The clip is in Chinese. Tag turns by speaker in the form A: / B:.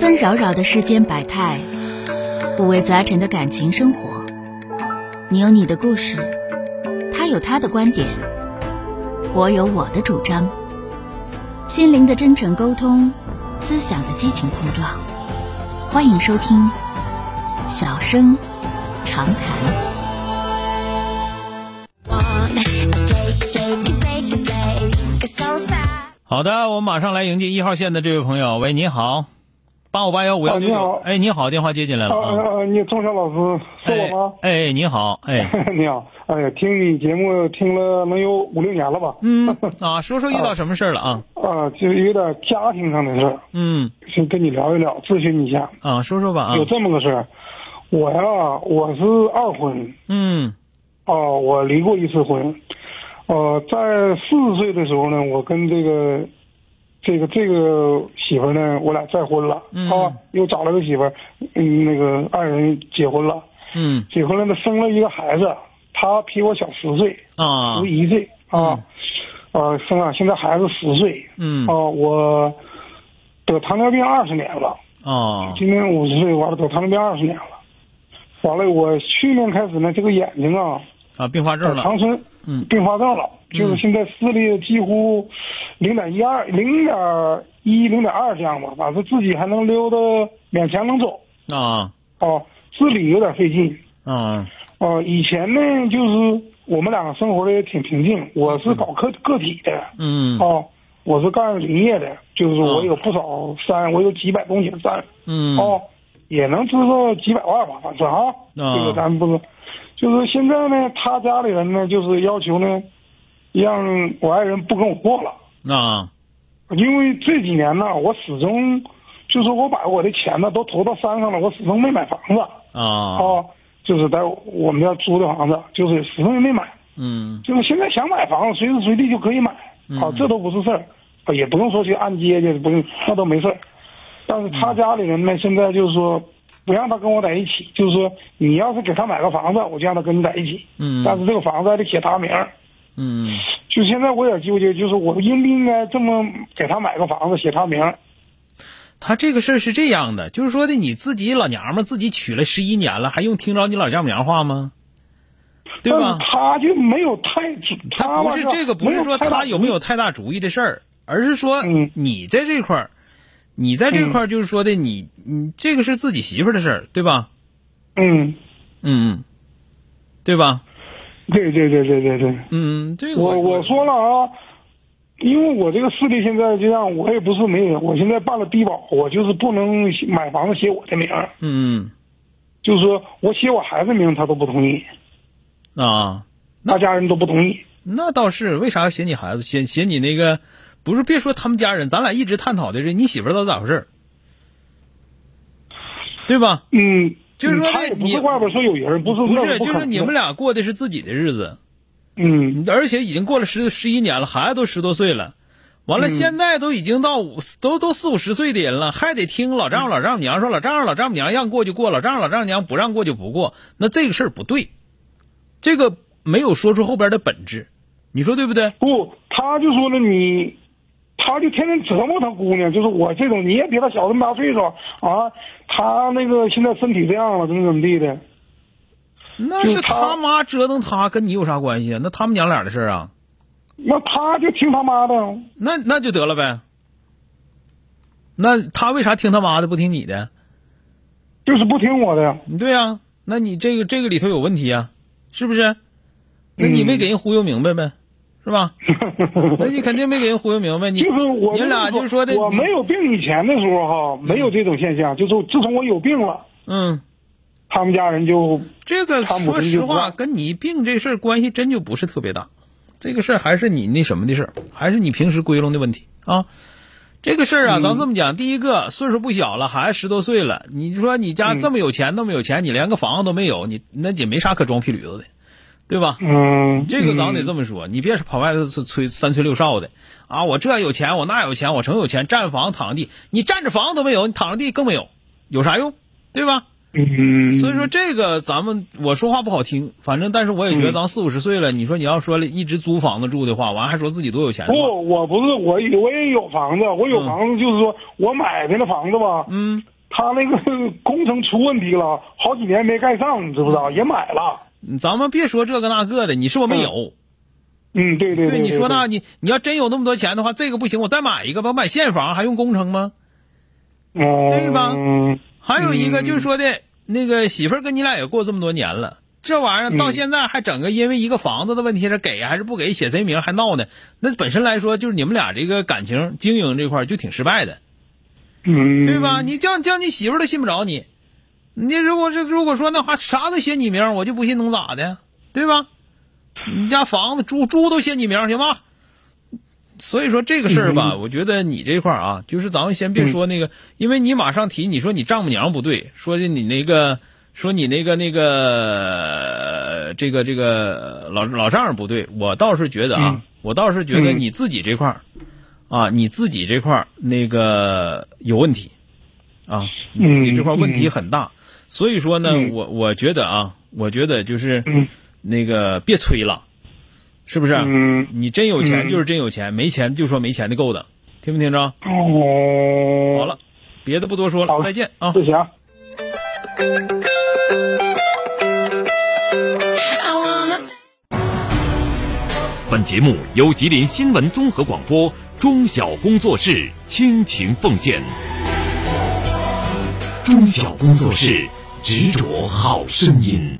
A: 纷扰扰的世间百态，五味杂陈的感情生活。你有你的故事，他有他的观点，我有我的主张。心灵的真诚沟通，思想的激情碰撞。欢迎收听《小声长谈》。
B: 好的，我们马上来迎接一号线的这位朋友。喂，你好，八五八幺五幺
C: 啊
B: 九
C: 你
B: 九
C: 好。
B: 哎，你好，电话接进来了。
C: 啊
B: 啊
C: 呃，你钟晓老师是我吗？
B: 哎哎，你好，哎，
C: 你好，哎呀，听你节目听了能有五六年了吧？
B: 嗯啊，说说遇到什么事儿了啊？
C: 啊，就是有点家庭上的事儿，
B: 嗯
C: 就跟你聊一聊，咨询你一下。
B: 啊，说说吧啊
C: 有。这么个事儿，我呀，我是二婚
B: 嗯
C: 啊，我离过一次婚。呃，在四十岁的时候呢，我跟这个这个这个媳妇儿呢，我俩再婚了、
B: 嗯
C: 啊，又找了个媳妇儿，嗯，那个二人结婚了，
B: 嗯
C: 结婚了呢，生了一个孩子，他比我小十岁。
B: 啊
C: 十一岁啊，呃，生啊，现在孩子十岁
B: 嗯
C: 啊，我得糖尿病二十年了，
B: 啊
C: 今年五十岁，完了得糖尿病二十年了，完了我去年开始呢，这个眼睛啊，
B: 啊，并发
C: 呃
B: 症了。
C: 长春
B: 嗯
C: 并发症了，就是现在视力几乎零点一二、零点一、零点二这样吧，反正自己还能溜达，勉强能走
B: 啊
C: 啊，自理有点费劲。
B: 啊
C: 啊，以前呢，就是我们两个生活的也挺平静，我是搞个个体的，
B: 嗯
C: 哦，我是干林业的，就是
B: 哦
C: 我有不少山，我有几百公顷的山，
B: 嗯
C: 哦，也能支到几百万吧，反正啊，
B: 哦
C: 这个咱不是，就是现在呢，他家里人呢，就是要求呢，让我爱人不跟我过了，
B: 啊
C: 因为这几年呢，我始终就是我把我的钱呢都投到山上了，我始终没买房子，
B: 啊
C: 哦，就是在我们家租的房子，就是始终也没买。
B: 嗯
C: 就是现在想买房子，随时随地就可以买，啊
B: 嗯，
C: 这都不是事儿，啊也不用说去按揭去，不用那都没事儿。但是他家里人呢，现在就是说不让他跟我在一起，就是说你要是给他买个房子，我就让他跟你在一起，
B: 嗯
C: 但是这个房子还得写他名儿。
B: 嗯
C: 就现在我也纠结，就是我应不应该这么给他买个房子，写他名儿？
B: 他这个事儿是这样的，就是说的你自己老娘们儿自己娶了十一年了，还用听着你老丈母娘话吗？对
C: 但
B: 吧
C: 是？他就没有太
B: 他不是
C: 吧
B: 这个，不是说他有没有
C: 太
B: 太大主意的事儿，而是说
C: 嗯
B: 你在这块儿，你在这块儿就是说的你，你这个是自己媳妇儿的事儿，对吧？
C: 大嗯，
B: 嗯嗯，对吧？
C: 对对对对对对。
B: 嗯，这个
C: 我我说了啊，因为我这个视力现在就让我也不是没人，我现在办了低保，我就是不能买房子写我的名儿，
B: 嗯
C: 就是说我写我孩子名儿他都不同意，
B: 嗯啊，
C: 他家人都不同意。
B: 那倒是，为啥要写你孩子？写写你那个，不是别说他们家人，咱俩一直探讨的是你媳妇儿到底咋回事儿，对吧？
C: 嗯，
B: 就是说
C: 嗯他也
B: 这
C: 不
B: 你
C: 是外边说有人，不是
B: 不
C: 外
B: 是，
C: 边
B: 就
C: 可
B: 是
C: 能
B: 你们俩过的是自己的日子，
C: 嗯
B: 而且已经过了十十一年了，孩子都十多岁了，完
C: 嗯
B: 了现在都已经到五都都四五十岁的人了，还得听老丈
C: 嗯
B: 人老丈母娘说老丈人老丈母娘让过就过，老丈人老丈母娘不让过就不过，那这个事儿不对，这个没有说出后边的本质，你说对不对？
C: 不，他就说了你。他就天天折磨他姑娘，就是我这种，你也比他小这么大岁数啊。他那个现在身体这样了，怎么怎么地的。
B: 那
C: 就是他
B: 他妈折腾他，跟你有啥关系啊？那他们娘俩的事儿啊，
C: 那他就听他妈的，
B: 那那就得了呗。那他为啥听他妈的不听你的？
C: 就是不听我的。
B: 对呀、那你这个这个里头有问题啊，是不是？那你
C: 嗯
B: 没给人忽悠明白呗，是吧？ 那你肯定没给人忽悠明白，你
C: 就是我
B: 你俩就是说的，
C: 我没有病以前的时候哈，没有这种现象。就是自从我有病了，
B: 嗯，
C: 他们家人就
B: 这个
C: 他母亲
B: 说实
C: 就不
B: 话
C: 让
B: 跟你病这事儿关系真就不是特别大，这个事儿还是你那什么的事儿，还是你平时归拢的问题啊。这个事
C: 嗯
B: 儿啊，咱这么讲，第一个岁数不小了，孩子十多岁了，你说你
C: 嗯
B: 家这么有钱，那么有钱，你连个房子都没有，你那也没啥可装屁驴子的，对吧？
C: 嗯，
B: 这个咱得这么说，你别是跑外头吹吹三吹六哨的啊！我这有钱，我那有钱，我成有钱，占房躺着地，你占着房都没有，你躺着地更没有，有啥用？对吧？
C: 嗯，
B: 所以说这个咱们我说话不好听，反正但是我也觉得咱四五十岁了，你说你要说一直租房子住的话，完还说自己多有钱的
C: 不，
B: 话，
C: 我不是我我也有房子，我有房子就是说我买的那房子吧，
B: 嗯
C: 他那个工程出问题了，好几年没盖上，你知不知道？也买了。
B: 咱们别说这个那个的，你说我没有，
C: 嗯，对对对
B: 对，你说那，
C: 那
B: 你你要真有那么多钱的话，这个不行，我再买一个吧，我买现房还用工程吗？
C: 嗯，
B: 对吧
C: 嗯，
B: 还有一个就是说的，那个媳妇儿跟你俩也过这么多年了，这玩意儿到
C: 嗯
B: 现在还整个因为一个房子的问题是给还是不给写谁名还闹呢，那本身来说就是你们俩这个感情经营这块儿就挺失败的，
C: 嗯，
B: 对吧？你叫叫你媳妇儿都信不着你，你如果是如果说那话啥都写你名儿，我就不信能咋的，对吧？你家房子猪猪都写你名儿行吧？所以说这个事儿
C: 嗯
B: 吧，我觉得你这块儿啊，就是咱们先别说那个，因为你马上提你说你丈母娘不对，说的你那个说你那个那个呃这个这个老老丈人不对，我倒是觉得啊，
C: 嗯
B: 我倒是觉得
C: 嗯
B: 你自己这块儿啊，你自己这块儿那个有问题啊，你自己这块儿问题很大，所以说呢，
C: 嗯
B: 我我觉得啊，我觉得就是
C: 嗯
B: 那个别吹了，是不是？
C: 嗯
B: 你真有钱
C: 嗯
B: 就是真有钱，没钱就说没钱的够的，听没听着？
C: 哦，
B: 好了，，别的不多说
C: 好
B: 了，
C: 了
B: 再见啊。
C: 这行。
D: I wanna
E: 本节目由吉林新闻综合广播中小工作室倾情奉献。中小工作室执着好声音。